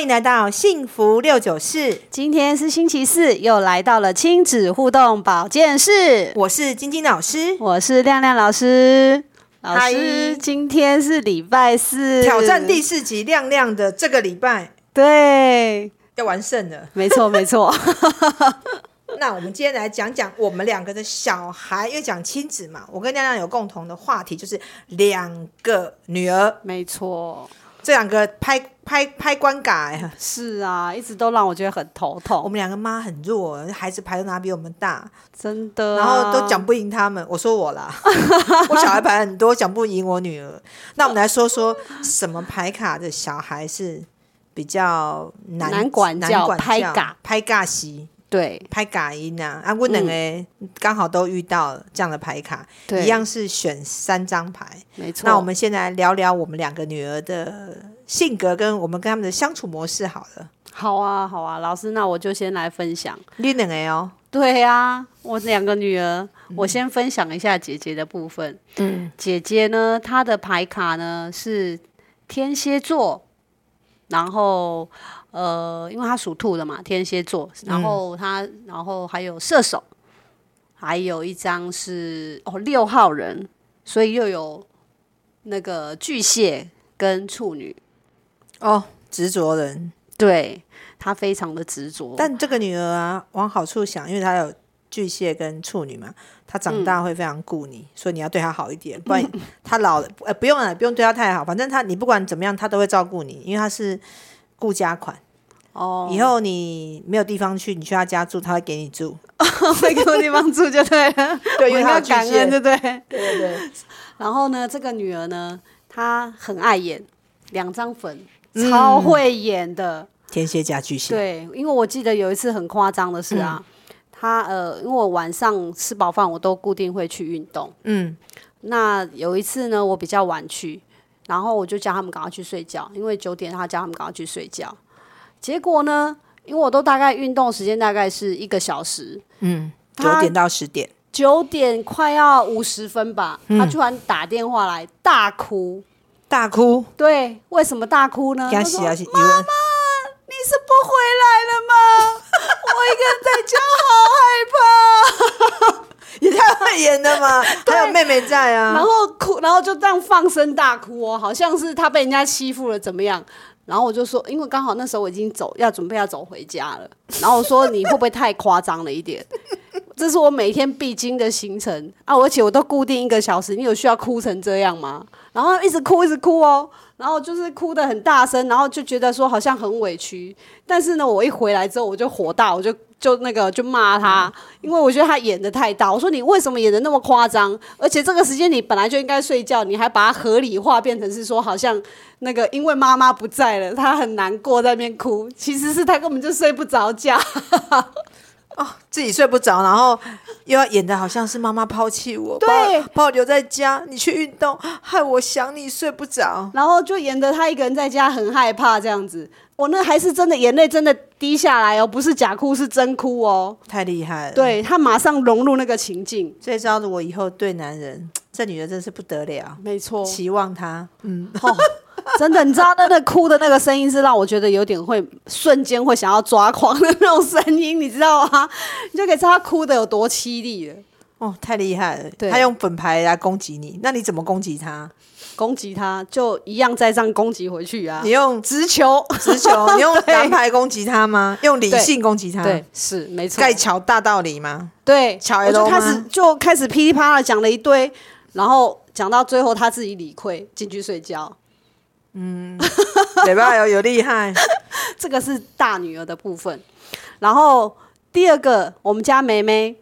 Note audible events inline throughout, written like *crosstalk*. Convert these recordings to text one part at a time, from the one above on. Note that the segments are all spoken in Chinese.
迎来到幸福六九四，今天是星期四，又来到了亲子互动保健室。我是晶晶老师。我是亮亮老师，老嗨师，今天是礼拜四，挑战第四集亮亮的这个礼拜对，要完胜了。没错没 *laughs* 错，那我们今天来讲讲我们两个的小孩，因为讲亲子嘛，我跟亮亮有共同的话题，就是两个女儿，没错，这两个拍拍拍关嘎、欸，是啊，一直都让我觉得很头我痛，们两个妈很弱，孩子排到哪比我们大，真的然啊、后都讲不赢他们。我说我啦，我小孩牌很多，讲不赢我女儿。那我们来说说什么牌卡的小孩是比较难难管教难管拍尬拍尬席。对拍卡音啊，啊，我两个刚好都遇到这样的牌卡，嗯对，一，样是选三张牌。没错。那我们先来聊聊我们两个女儿的性格，跟我们跟他们的相处模式好了。好啊好啊，老师，那我就先来分享。你两个哦，对啊，我两个女儿，我先分享一下姐姐的部分。嗯，姐姐呢，她的牌卡呢是天蝎座，然后呃，因为她属兔的嘛，天蝎座，然后她，然后还有射手，还有一张是哦六号人，所以又有那个巨蟹跟处女，哦，执着人。对她非常的执着，但这个女儿啊，往好处想，因为她有巨蟹跟处女嘛，她长大会非常顾你，所以你要对她好一点，不然她老了，呃，不用了，不用对她太好，反正她你不管怎么样，她都会照顾你，因为她是顾家款。哦，以后你没有地方去，你去她家住，她会给你住。 *laughs* 会给我地方住就对了， *laughs* 对因我为应她该有巨感蟹恩，对不对？对对， *laughs* 然后呢，这个女儿呢，她很爱演，两张粉，嗯超会演的。天蝎加巨蟹，对，因为我记得有一次很夸张的是啊，嗯她呃，因为我晚上吃饱饭我都固定会去运动，嗯，那有一次呢，我比较晚去，然后我就叫他们赶快去睡觉，因为九点他叫他们赶快去睡觉。结果呢，因为我都大概运动时间大概是一个小时，嗯九点到十点，九点快要五十分吧，他突然打电话来大哭。大哭，对，为什么大哭呢？给她他说洗啊洗，以 *laughs* 为你是不回来了吗？我一个人在家好害怕。也太会演了嘛，还有妹妹在 *laughs* 然啊，后哭，然后就这样放声大哭哦，好像是他被人家欺负了怎么样？然后我就说，因为刚好那时候我已经走，要准备要走回家了。然后我说，你会不会太夸张了一点？这是我每天必经的行程啊，而且我都固定一个小时，你有需要哭成这样吗？然后一直哭，一直哭哦，然后就是哭得很大声，然后就觉得说好像很委屈，但是呢，我一回来之后我就火大，我就就那个就骂他，因为我觉得他演的太大，我说你为什么演的那么夸张？而且这个时间你本来就应该睡觉，你还把它合理化，变成是说好像那个因为妈妈不在了，他很难过在那边哭，其实是他根本就睡不着觉。自己睡不着，然后又要演的好像是妈妈抛弃我，对把我把我留在家，你去运动，害我想你睡不着。然后就演得他一个人在家很害怕这样子。我那还是真的眼泪真的滴下来哦，不是假哭，是真哭哦。太厉害了！，对他马上融入那个情境，这招如果以后对男人，这女的真是不得了，没错，期望她。嗯，真的，你知道那那哭的那个声音是让我觉得有点会瞬间会想要抓狂的那种声音，你知道吗？ *laughs* 你就可以知道他哭的有多凄厉了。哦，太厉害了！对她用本牌来攻击你，那你怎么攻击她？攻击他就一样再这样攻击回去啊你，用直球，直球，你用 *laughs* 对蓝牌攻击她吗？用理性攻击她？对，，是没啊错，盖桥大道理吗？ *laughs* 对，巧我就 L 开吗始就开始噼里啪啦讲了一堆，然后讲到最后他自己理亏进去睡觉，嘴巴有有厉害，这个是大女儿的部分。然后第二个，我们家梅梅，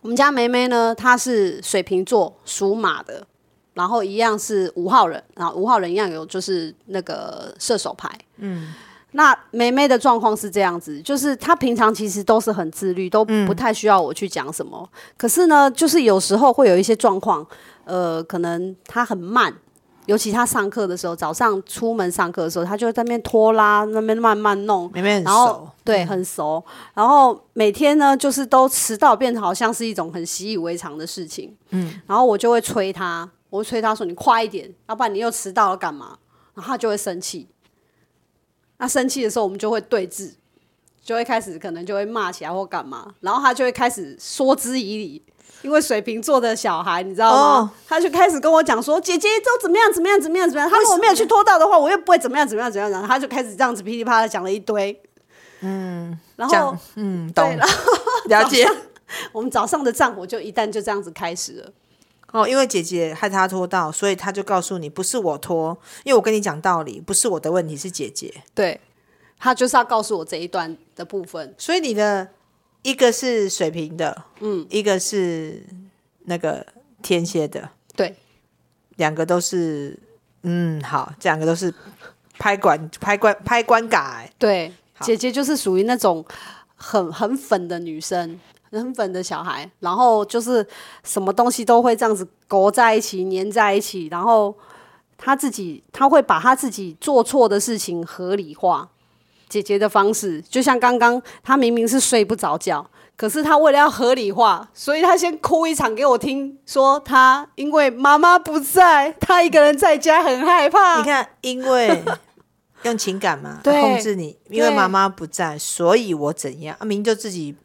我们家梅梅呢，她是水瓶座属马的，然后一样是五号人，然后五号人一样有就是那个射手牌，嗯。那梅梅的状况是这样子，就是她平常其实都是很自律，都不太需要我去讲什么。可是呢，就是有时候会有一些状况，呃，可能她很慢，尤其她上课的时候，早上出门上课的时候，她就在那边拖拉，那边慢慢弄，妹妹很然后熟。嗯对，很熟。然后每天呢，就是都迟到，变得好像是一种很习以为常的事情。嗯，然后我就会催他，我会催他说：“你快一点，要不然你又迟到了干嘛？”然后他就会生气。那生气的时候，我们就会对峙，就会开始可能就会骂起来或干嘛，然后他就会开始说之以理。因为水瓶座的小孩，你知道吗哦他就开始跟我讲说：“姐姐都怎么样，怎么样，怎么样，怎么样。”他如果没有去拖到的话，我又不会怎么样，怎么样，怎么样。然后他就开始这样子噼里啪啦讲了一堆。嗯，然这后样嗯，对懂，了解。我们早上的战火就一旦就这样子开始了。哦，因为姐姐害他拖到，所以他就告诉你，不是我拖，因为我跟你讲道理，不是我的问题，是姐姐。对，他就是要告诉我这一段的部分。所以你的一个是水瓶的，嗯，一个是那个天蝎的，对，两个都是，嗯，好，这两个都是拍管拍关拍关嘎、欸，对，姐姐就是属于那种很很粉的女生，很粉的小孩，然后就是什么东西都会这样子勾在一起、粘在一起，然后她自己，她会把她自己做错的事情合理化。姐姐的方式，就像刚刚她明明是睡不着觉，可是她为了要合理化，所以她先哭一场给我听，说她因为妈妈不在，她一个人在家很害怕。你看，因 *laughs* 为用情感嘛对控制你，因为对妈妈不在，所以我怎样，啊、明明就自己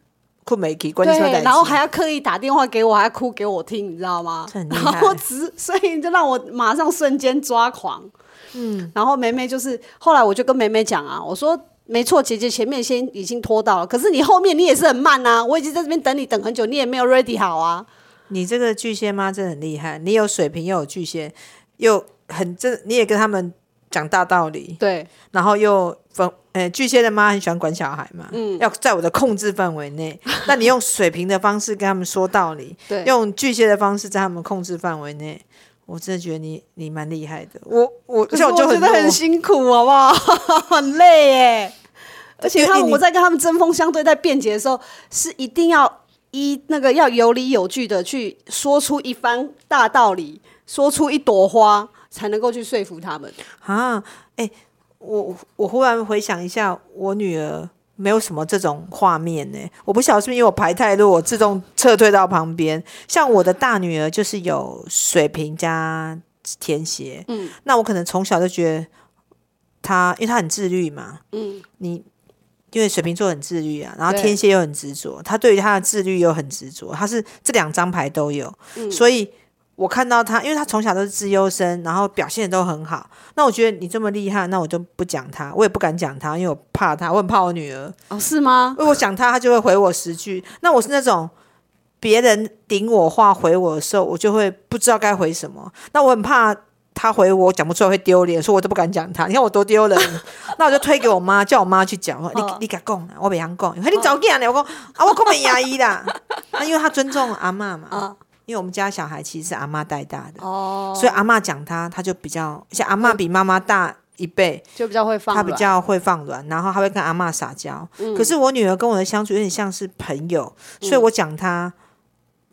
困没起，关你什么对，代然后志还要刻意打电话给我，还要哭给我听，你知道吗 *laughs* 这很？厉然害后直，所以就让我马上瞬间抓狂。嗯，然后梅梅就是后来我就跟梅梅讲啊，我说没错，姐姐前面先已经拖到了，可是你后面你也是很慢啊，我已经在这边等你等很久，你也没有 ready 好啊。你这个巨蟹妈真的很厉害，你有水瓶又有巨蟹，又很这你也跟他们讲大道理，对然后又分呃巨蟹的妈很喜欢管小孩嘛，嗯，要在我的控制范围 *laughs* 内。那你用水瓶的方式跟他们说道理，对，用巨蟹的方式在他们控制范围内，我真的觉得你你蛮厉害的。我我可而是且就我觉很得很弱辛苦，好不 *laughs* 好？很累耶。而且他因们为我在跟他们针锋相对、在辩解的时候，是一定要一那个要有理有据的去说出一番大道理，说出一朵花，才能够去说服他们。啊，哎、我我忽然回想一下，我女儿没有什么这种画面呢、我不晓得是不是因为我排太弱，我自动撤退到旁边。像我的大女儿就是有水瓶加天蝎，嗯，那我可能从小就觉得她，因为她很自律嘛，嗯，你。因为水瓶座很自律啊，然后对天蝎又很执着，她对于她的自律又很执着，她是这两张牌都有，所以我看到她，因为她从小都是自优生，然后表现得都很好，那我觉得你这么厉害，那我就不讲他，我也不敢讲他，因为我怕他，我很怕我女儿。哦，是吗？如果讲他，他就会回我十句。那我是那种别人顶我话回我的时候，我就会不知道该回什么。那我很怕他回我讲不出来会丢脸，所以我都不敢讲他。你看我多丢人。那我就推给我妈，叫我妈去讲。我说嗯你你敢讲啊？我不想讲。你早讲呢？我讲啊，我根本牙医啦。那因为他尊重阿妈嘛，嗯因为我们家小孩其实是阿妈带大的。哦，所以阿嬷讲他，他就比较像阿嬷比妈妈大一倍，就比较会放他软，嗯比较会放软，然后他会跟阿嬷撒娇。可是我女儿跟我的相处有点像是朋友，所以我讲她，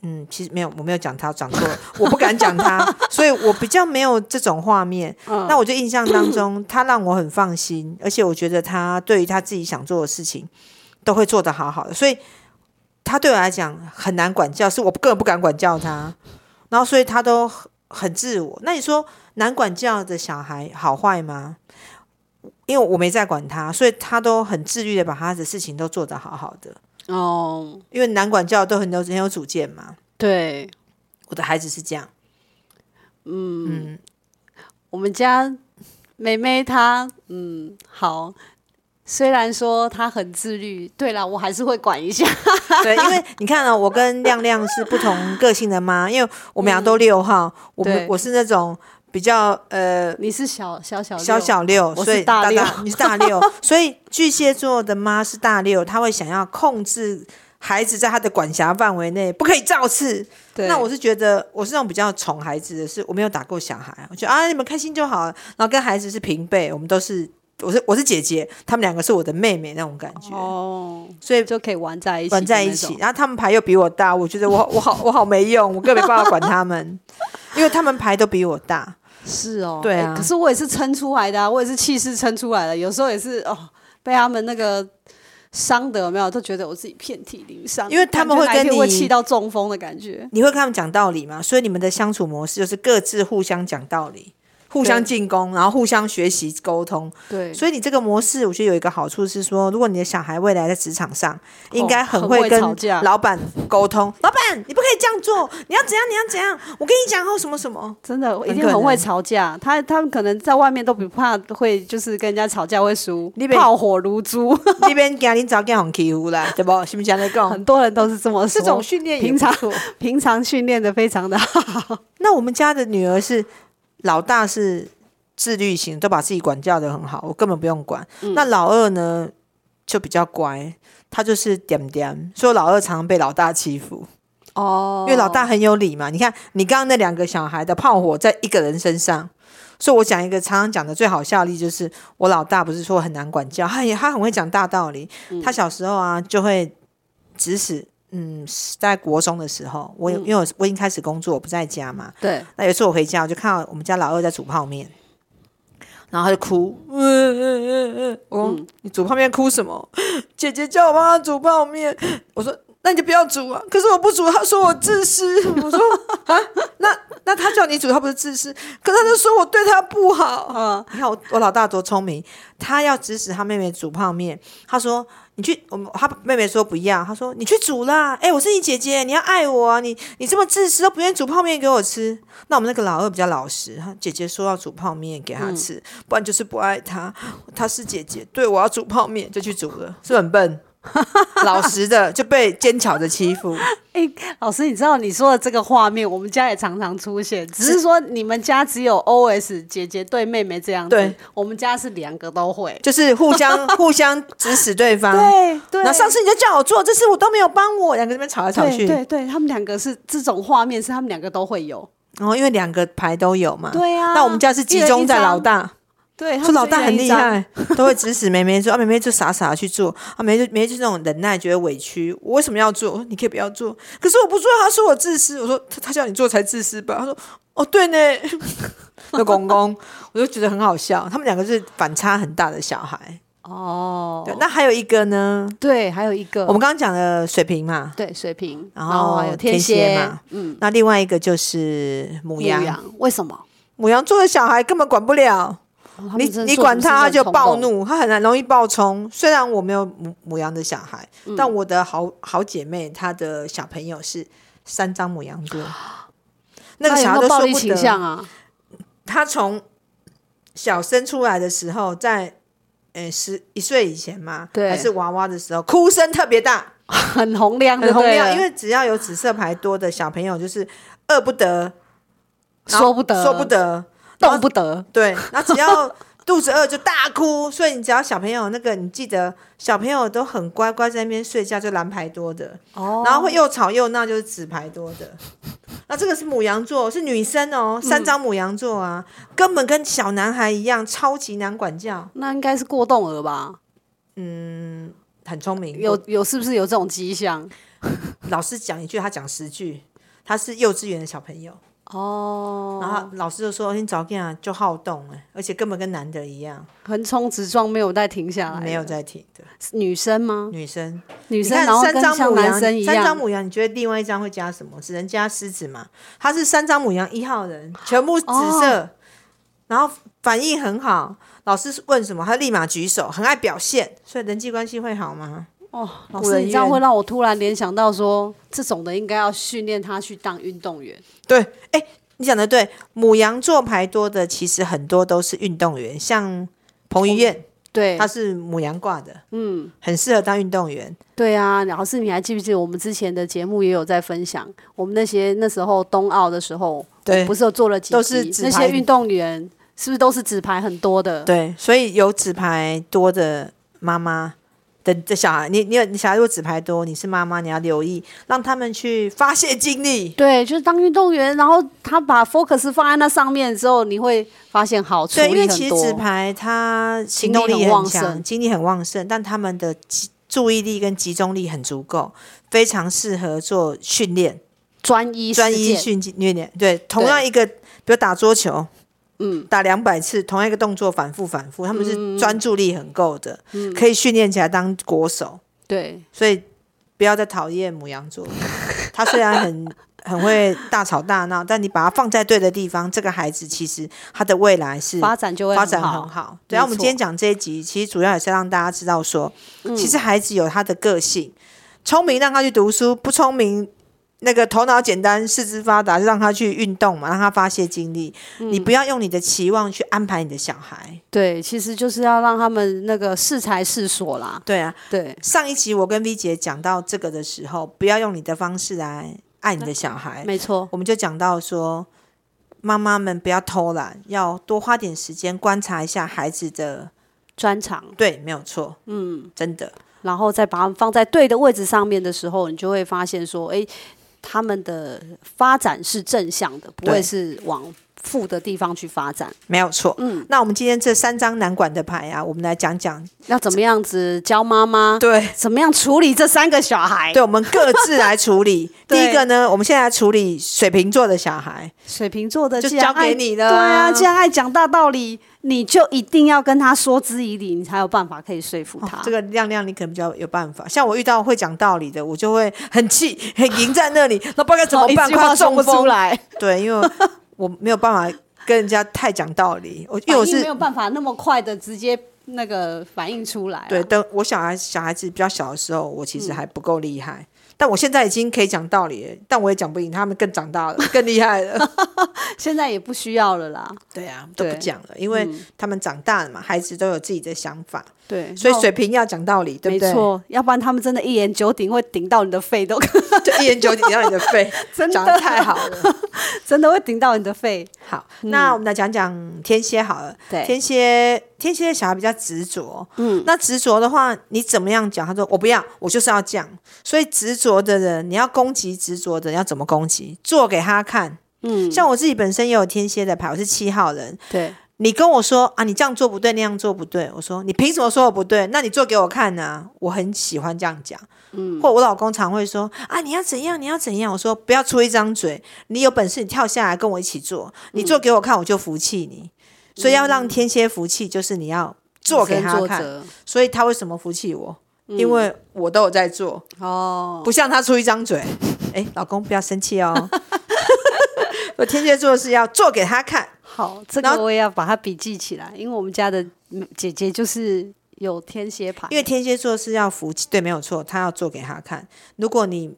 嗯，其实没有，我没有讲她，讲错了，我不敢讲她，所以我比较没有这种画 *laughs* 面。嗯那我就印象当中，她让我很放心，而且我觉得她对于她自己想做的事情都会做得好好的，所以她对我来讲很难管教，是我根本不敢管教她，然后所以她都很很自我。那你说难管教的小孩好坏吗？因为我没在管他，所以他都很自律的把他的事情都做得好好的。哦，因为难管教都很有很有主见嘛，对，我的孩子是这样。我们家妹妹她，嗯，好，虽然说她很自律，对啦，我还是会管一下。 *laughs* 对，因为你看啊、我跟亮亮是不同个性的妈，因为我们俩都六号，我对们我是那种比较呃你是小小小小六小六，我所以是大六 *laughs* 你是大六，所以巨蟹座的妈是大六，她会想要控制孩子在她的管辖范围内，不可以造次。对，那我是觉得我是那种比较宠孩子的是，我没有打过小孩，我觉得啊你们开心就好，然后跟孩子是平辈，我们都是我是我是姐姐，他们两个是我的妹妹那种感觉，哦，所以就可以玩在一起，玩在一起。。然后他们牌又比我大，我觉得我我好我好没用，我根本没办法管他们，因为他们牌都比我大。是哦，对啊欸可是我也是撑出来的、啊，我也是气势撑出来的，有时候也是哦，被他们那个。伤的有没有都觉得我自己遍体鳞伤，因为他们会感觉哪一跟天你会气到中风的感觉。你会跟他们讲道理吗？所以你们的相处模式就是各自互相讲道理，互相进攻，然后互相学习沟通。对，所以你这个模式，我觉得有一个好处是说，如果你的小孩未来在职场上，应该很哦很会会跟吵架老板沟通。老板，你不可以这样做，你要怎样，你要怎样。我跟你讲哦，什么什 *laughs* 么。真的一很定可很会能吵架。他他们可能在外面都不怕会，就是跟人家吵架会输你，被炮火如珠。那边给你早点红欺负啦，对不？是不是这样讲？很多人都是这么说。这种训练也平不常错。平常训练的非常的好，那我们家的女儿是老大是自律型，都把自己管教的很好，我根本不用管。嗯那老二呢，就比较乖，他就是点点，所以老二常常被老大欺负，哦因为老大很有理嘛。你看你刚刚那两个小孩的炮火在一个人身上。所以我讲一个常常讲的最好笑的例子，就是我老大不是说很难管教， *laughs* 他也他很会讲大道理。他小时候啊就会指使，嗯，在国中的时候，我有因为我我已经开始工作，我不在家嘛，对，那有一次我回家，我就看到我们家老二在煮泡面，然后他就哭，嗯嗯嗯嗯，我说、你煮泡面哭什么？ *laughs* 姐姐叫我帮他煮泡面，我说那你就不要煮啊。可是我不煮，他说我自私。 *laughs* 我说啊，那那他叫你煮，他不是自私？可他就说我对他不好。嗯，你看我我老大多聪明，他要指使他妹妹煮泡面，他说。你去，我们他妹妹说不要，他说你去煮啦。哎、我是你姐姐，你要爱我啊！你你这么自私，都不愿意煮泡面给我吃。那我们那个老二比较老实，他姐姐说要煮泡面给嗯他吃，不然就是不爱他。他是姐姐，对我要煮泡面就去煮了，是不是很 *laughs* 笨，老实的就被奸巧的欺负。哎老师，你知道你说的这个画面，我们家也常常出现，只是说你们家只有 OS 姐姐对妹妹这样子，对，我们家是两个都会。啊就是互相 *laughs* 互相指使对方。对对，那上次你就叫我做，这次我都没有帮我，两个这边吵来吵去对。对对，他们两个是这种画面，是他们两个都会有。然哦后因为两个牌都有嘛，对啊那我们家是集中在老大，对，他说们老是大一人很一厉张，害，都会指使梅梅说啊，梅梅就傻傻地去做啊，梅梅就梅梅就那种忍耐，觉得委屈，我为什么要做？我哦说你可以不要做，可是我不做，他说我自私，我说他他叫你做才自私吧，他说哦对呢， *laughs* 那公公，我就觉得很好笑，他们两个是反差很大的小孩。哦对，，那还有一个呢，对，还有一个我们刚刚讲的水瓶嘛，对水瓶，然后还后有哦天蝎蝎嘛嗯，那另外一个就是母母羊，羊，为什么？母羊座的小孩根本管不了。哦他们你真的你做管什么他，事他都就很暴冲动，怒，他很难容易暴冲。虽然我没有母母羊的小孩，嗯但我的好好姐妹她的小朋友是三张母羊 *gasps* 座，那个有小没孩有都暴说力不倾得。向啊， *laughs* 他从小生出来的时候，在呃十一岁以前嘛，对还是娃娃的时候，哭声特别大，很洪亮就很洪对亮。了因为只要有紫色牌多的小朋友，就是饿不得，然后说不得，说不得，然后动不得，对，那只要肚子饿就大哭，所以你只要小朋友那个，你记得小朋友都很乖乖在那边睡觉，就蓝牌多的，哦然后会又吵又闹，就是紫牌多的。那这个是母羊座，是女生哦，嗯三张母羊座啊，根本跟小男孩一样，超级难管教，那应该是过动儿吧？很聪明。有有是不是有这种迹象？老师讲一句，他讲十句。他是幼稚园的小朋友，哦，然后老师就说：“你早干啊，就好动哎，而且根本跟男的一样，横冲直撞，没有再停下来，没有在听的是女生吗？女生。”女你生看然后三跟张像母男羊，生一三张样，母羊，你觉得另外一张会加什么？只能加狮子嘛。他是三张母羊一号人，全部紫哦色，然后反应很好。老师问什么，他立马举手，很爱表现，所以人际关系会好吗？哦，老古师人你这样院会让我突然联想到说，这种的应该要训练他去当运动员，对，哎，你讲的对，母羊座牌多的其实很多都是运动员，像彭于晏，对他是母羊挂的，嗯，很适合当运动员。对啊，老师，你还记不记得我们之前的节目也有在分享，我们那些那时候冬奥的时候，对我不是有做了几都集是纸那牌些运动员是不是都是纸牌很多的？对，所以有纸牌多的妈妈的的小孩，你你有你小孩如果纸牌多，你是妈妈，你要留意，让他们去发泄精力。对，就是当运动员，然后他把 focus 放在那上面之后，你会发现好处对，因理为其很实纸多。牌它行动精力力很旺很盛强，精力很旺盛，但他们的集注意力跟集中力很足够，非常适合做训练，专一专实一践训训练。对，同样一个，比如打桌球。嗯，打两百次同样一个动作反复反复，他们嗯是专注力很够的，可以训练起来当国手。对 *laughs* 所以不要再讨厌母羊座。他虽然很很会大吵大闹，但你把它放在对的地方，这个孩子其实他的未来是发展就会嗯发展很很好。好。对啊，我没们今天错讲这一集，其实主要也是让大家知道说，嗯其实孩子有他的个性，聪明让他去读书，不聪明。那个头脑简单、四肢发达，就让他去运动嘛，让他发泄精力。嗯你不要用你的期望去安排你的小孩。对，其实就是要让他们那个适才适所啦。对啊，对，上一集我跟 V 姐讲到这个的时候，不要用你的方式来爱你的小孩。没错，我们就讲到说，妈妈们不要偷懒，要多花点时间观察一下孩子的。专长，对，没有错，嗯，真的，然后再把它们放在对的位置上面的时候，你就会发现说，哎，他们的发展是正向的，不会对是往负的地方去发展。没有错。嗯，那我们今天这三张难管的牌啊，我们来讲讲，要怎么样子教妈妈？ *laughs* 对，怎么样处理这三个小孩？对，我们各自来处 *laughs* 理。第对一个呢，我们现在来处理水瓶座的小孩，水瓶座的就既然交给爱你了对啊，啊既然爱讲大道理，你就一定要跟他说之以理，你才有办法可以说服他。哦哦这个亮亮你可能比较有办法。像我遇到会讲道理的，我就会很气， *laughs* 很赢在那里，那不知道该怎么一办，句快要话说中不出风。来，对，因为我我没有办法跟人家太讲道理，我因为我反应是没有办法那么快的直接那个反应出来、啊。嗯对，等我小孩小孩子比较小的时候，我其实还不够厉害，但我现在已经可以讲道理了，但我也讲不赢他们，更长大了， *laughs* 更厉害了。现在也不需要了啦。对啊，都不 *laughs* 对嗯讲了，因为他们长大了嘛，孩子都有自己的想法，对，所以那水平要讲道理，对哦没不对？错，要不然他们真的一言九鼎，会顶到你的肺都， *laughs* 就一言九鼎让你的肺真的讲的太好了。真的会顶到你的肺。好，那我们来讲讲天蝎好了。嗯对天蝎天蝎的小孩比较执着，嗯，那执着的话，你怎么样讲？他说我不要，我就是要这样。所以执着的人，你要攻击执着的人，要怎么攻击？做给他看。嗯，像我自己本身也有天蝎的牌，我是七号人。对，你跟我说啊，你这样做不对，那样做不对。我说你凭什么说我不对？那你做给我看啊！我很喜欢这样讲。嗯，或我老公常会说啊，你要怎样，你要怎样。我说不要出一张嘴，你有本事你跳下来跟我一起做，你做给我看，我就服气你。所以要让天蝎服气，就是你要做嗯给他以身作看。则。所以他为什么服气我？因为我都有在做，哦，不像他出一张 *laughs* 嘴。哎，老公不要生气哦。 *laughs* 我天蝎座是要做给他看，好，这然个后我也要把它笔记起来，因为我们家的嗯姐姐就是有天蝎牌，因为天蝎座是要服气，对，没有错，他要做给他看。如果你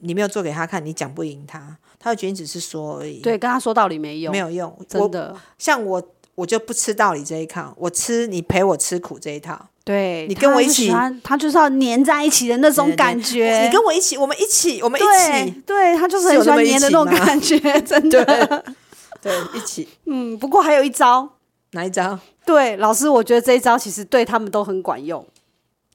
你没有做给他看，你讲不赢他，他会觉得你只是说而已，，对跟她说道理没用，没有用。真我的，像我，我就不吃道理这一套，我吃你陪我吃苦这一套。对你跟我一起，他就是要黏在一起的那种对对感觉，你跟我一起，我们一起，我们一对起，对，他就是是很有喜那欢么一黏的起那种吗感觉， *laughs* 真对的， *laughs* 对，一起嗯，不过还有一招。哪一招？对，老师，我觉得这一招其实对他们都很管用。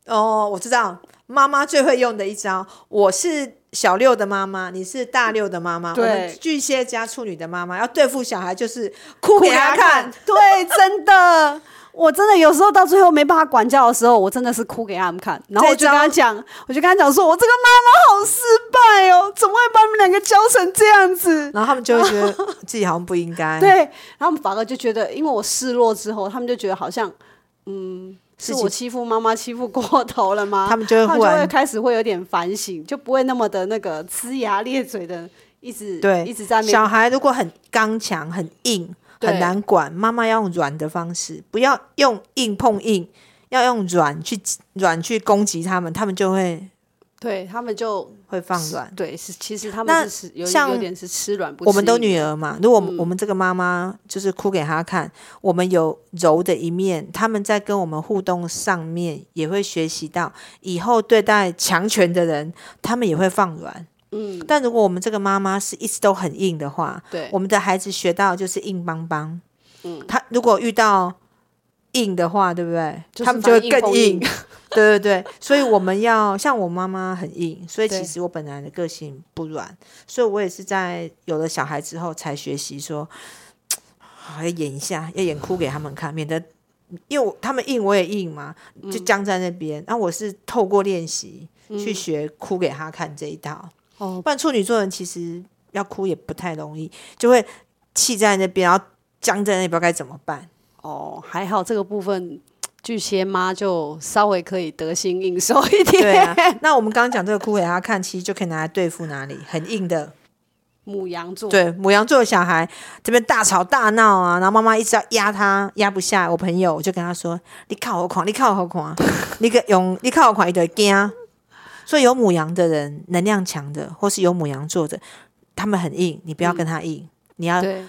哦，我知道，妈妈最会用的一招。我是小六的妈妈，你是大六的妈妈，对我们巨蟹加处女的妈妈，要对付小孩就是哭给他看。，对，真的，我真的有时候到最后没办法管教的时候，我真的是哭给他们看，然后我这就跟招他讲，我就跟他讲说，我这个妈妈好失败哦，怎么会把你们两个教成这样子？然后他们就会觉得自己好像不应该，对，，然后我们反而就觉得，因为我示弱之后，他们就觉得好像，嗯，是自己我欺负妈妈欺负过头了吗？他们就会啊他忽们就会然开始会有点反省，就不会那么的那个呲牙咧嘴的，一直对一直在那边小孩如果很刚强、很硬、对很难管，妈妈要用软的方式，不要用硬碰硬，要用软去软去攻击他们，他们就会对他们就会放软。对，是其实他那们是吃有像有点是嗯吃软不吃硬。我们都女儿嘛，如果我们我们这个妈妈就是哭给她看，我们有柔的一面，他们在跟我们互动上面也会学习到，以后对待强权的人，他们也会放软。嗯，但如果我们这个妈妈是一直都很硬的话，对我们的孩子学到就是硬邦邦。嗯，他如果遇到硬的话，对不对？就是他们就会反更应 *laughs* 硬。对对对，所以我们要像我妈妈很硬，所以对其实我本来的个性不软，所以我也是在有了小孩之后才学习说，要演一下，要演哭给他们看，免得因为我他们硬我也硬嘛，就僵在那边。那、我是透过练习去学哭给他看这一套。哦，不然处女座人其实要哭也不太容易，就会气在那边，然后僵在那边，不知道该怎么办。哦，还好这个部分巨蟹妈就稍微可以得心应手一点。啊 *laughs* 对啊，那我们刚刚讲这个哭给他看，其实就可以拿来对付哪里很硬的 *laughs* 母羊座，对，母羊座的小孩这边大吵大闹啊，然后妈妈一直要压他，压不下。我朋友我就跟他说：“你靠我狂，你靠我 *laughs* 狂，你个用你靠我狂，你得惊。”所以有母羊的人，能量强的，或是有母羊座的，他们很硬，你不要跟他硬，你要对，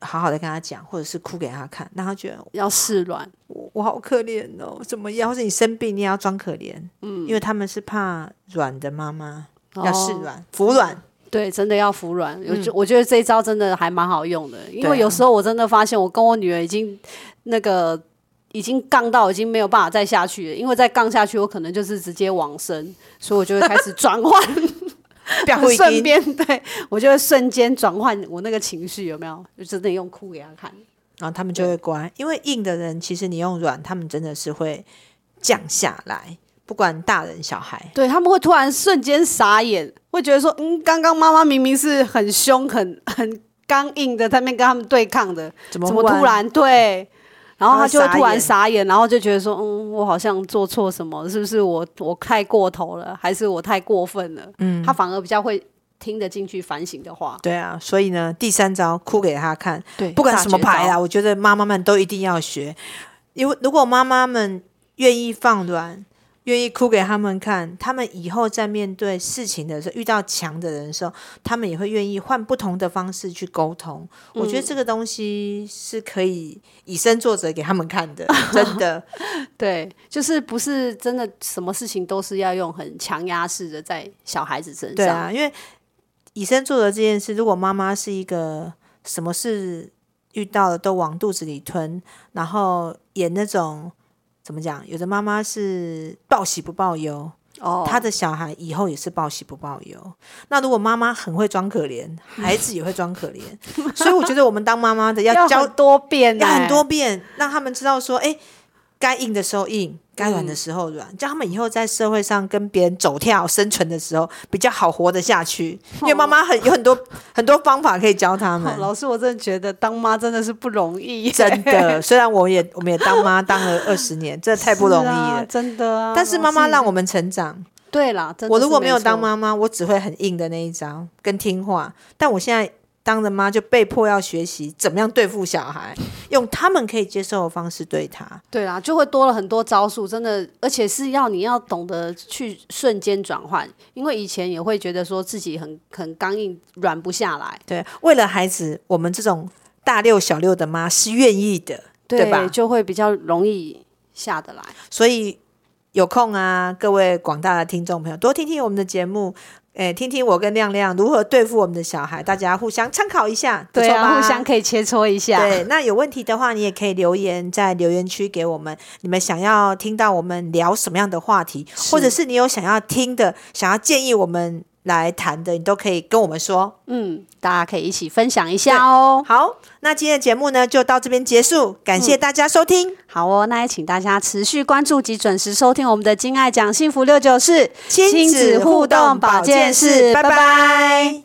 好好的跟他讲，或者是哭给他看，让他觉得要示软，我我好可怜哦，怎么样？或者你生病，你也要装可怜，嗯，因为他们是怕软的妈妈，要示哦软、服软， *laughs* 对，真的要服软。我觉、我觉得这一招真的还蛮好用的，因对啊为有时候我真的发现，我跟我女儿已经那个已经杠到已经没有办法再下去了，因为再杠下去，我可能就是直接往生，所以我就会开 *laughs* 始转换，不要很故意顺便对我就会瞬间转换我那个情绪，有没有？就真的用哭给她看。然后他们就会乖。因为硬的人，其实你用软，他们真的是会降下来，不管大人小孩。对他们会突然瞬间傻眼，会觉得说，嗯，刚刚妈妈明明是很凶、很很刚硬的，在那边跟他们对抗的，怎么怎么忽然突然对？然后他就会他会突然傻傻眼，然后就觉得说，嗯，我好像做错什么，是不是我我太过头了，还是我太过分了？嗯，他反而比较会听得进去反省的话，对啊，所以呢，第三招哭给他看，对不管什么牌啊，，我觉得妈妈们都一定要学。因为如果妈妈们愿意放软，愿意哭给他们看，他们以后在面对事情的时候，遇到强的人的时候，他们也会愿意换不同的方式去沟通。我觉得这个东西是可以以身作则给他们看的，真的。对，就是不是真的什么事情都是要用很强压式的在小孩子身上，对啊，因为以身作则这件事，如果妈妈是一个什么事遇到了都往肚子里吞，然后演那种怎么讲，有的妈妈是报喜不报忧，哦，她的小孩以后也是报喜不报忧。那如果妈妈很会装可 *laughs* 怜，孩子也会装可怜，所以我觉得我们当妈妈的要 *laughs* 要教很多欸变、要很多遍，让他们知道说，哎，该硬的时候硬，该软嗯的时候软，叫他们以后在社会上跟别人走跳生存的时候比较好活得下去。因为妈妈很有很多很多方法可以教他们哦，老师，我真的觉得当妈真的是不容易，真的。虽然我也我们也当妈当了二十年，这太不容易是了啊。真的啊。但是妈妈老师让我们成长。对啦，真的我如果是没没有当错，妈妈，我只会很硬的那一招，跟听话。但我现在当了妈，就被迫要学习怎么样对付小孩，用他们可以接受的方式对他。对啦，就会多了很多招数，真的，而且是要你要懂得去瞬间转换，因为以前也会觉得说自己很很刚硬，软不下来，对，为了孩子，我们这种大六小六的妈是愿意的，对吧就会比较容易下得来。所以有空啊，各位广大的听众朋友，多听听我们的节目，诶，听听我跟亮亮如何对付我们的小孩，大家互相参考一下，不对错吧啊，互相。可以切磋一下。对，啊那有问题的话，你也可以留言在留言区给我们。你们想要听到我们聊什么样的话题，或者是你有想要听的、想要建议我们来谈的，你都可以跟我们说。嗯，大家可以一起分享一下哦。好，那今天的节目呢，就到这边结束，感谢大家收听。好哦，那也请大家持续关注及准时收听我们的《金爱讲幸福六九四》亲子互动保健室，拜拜。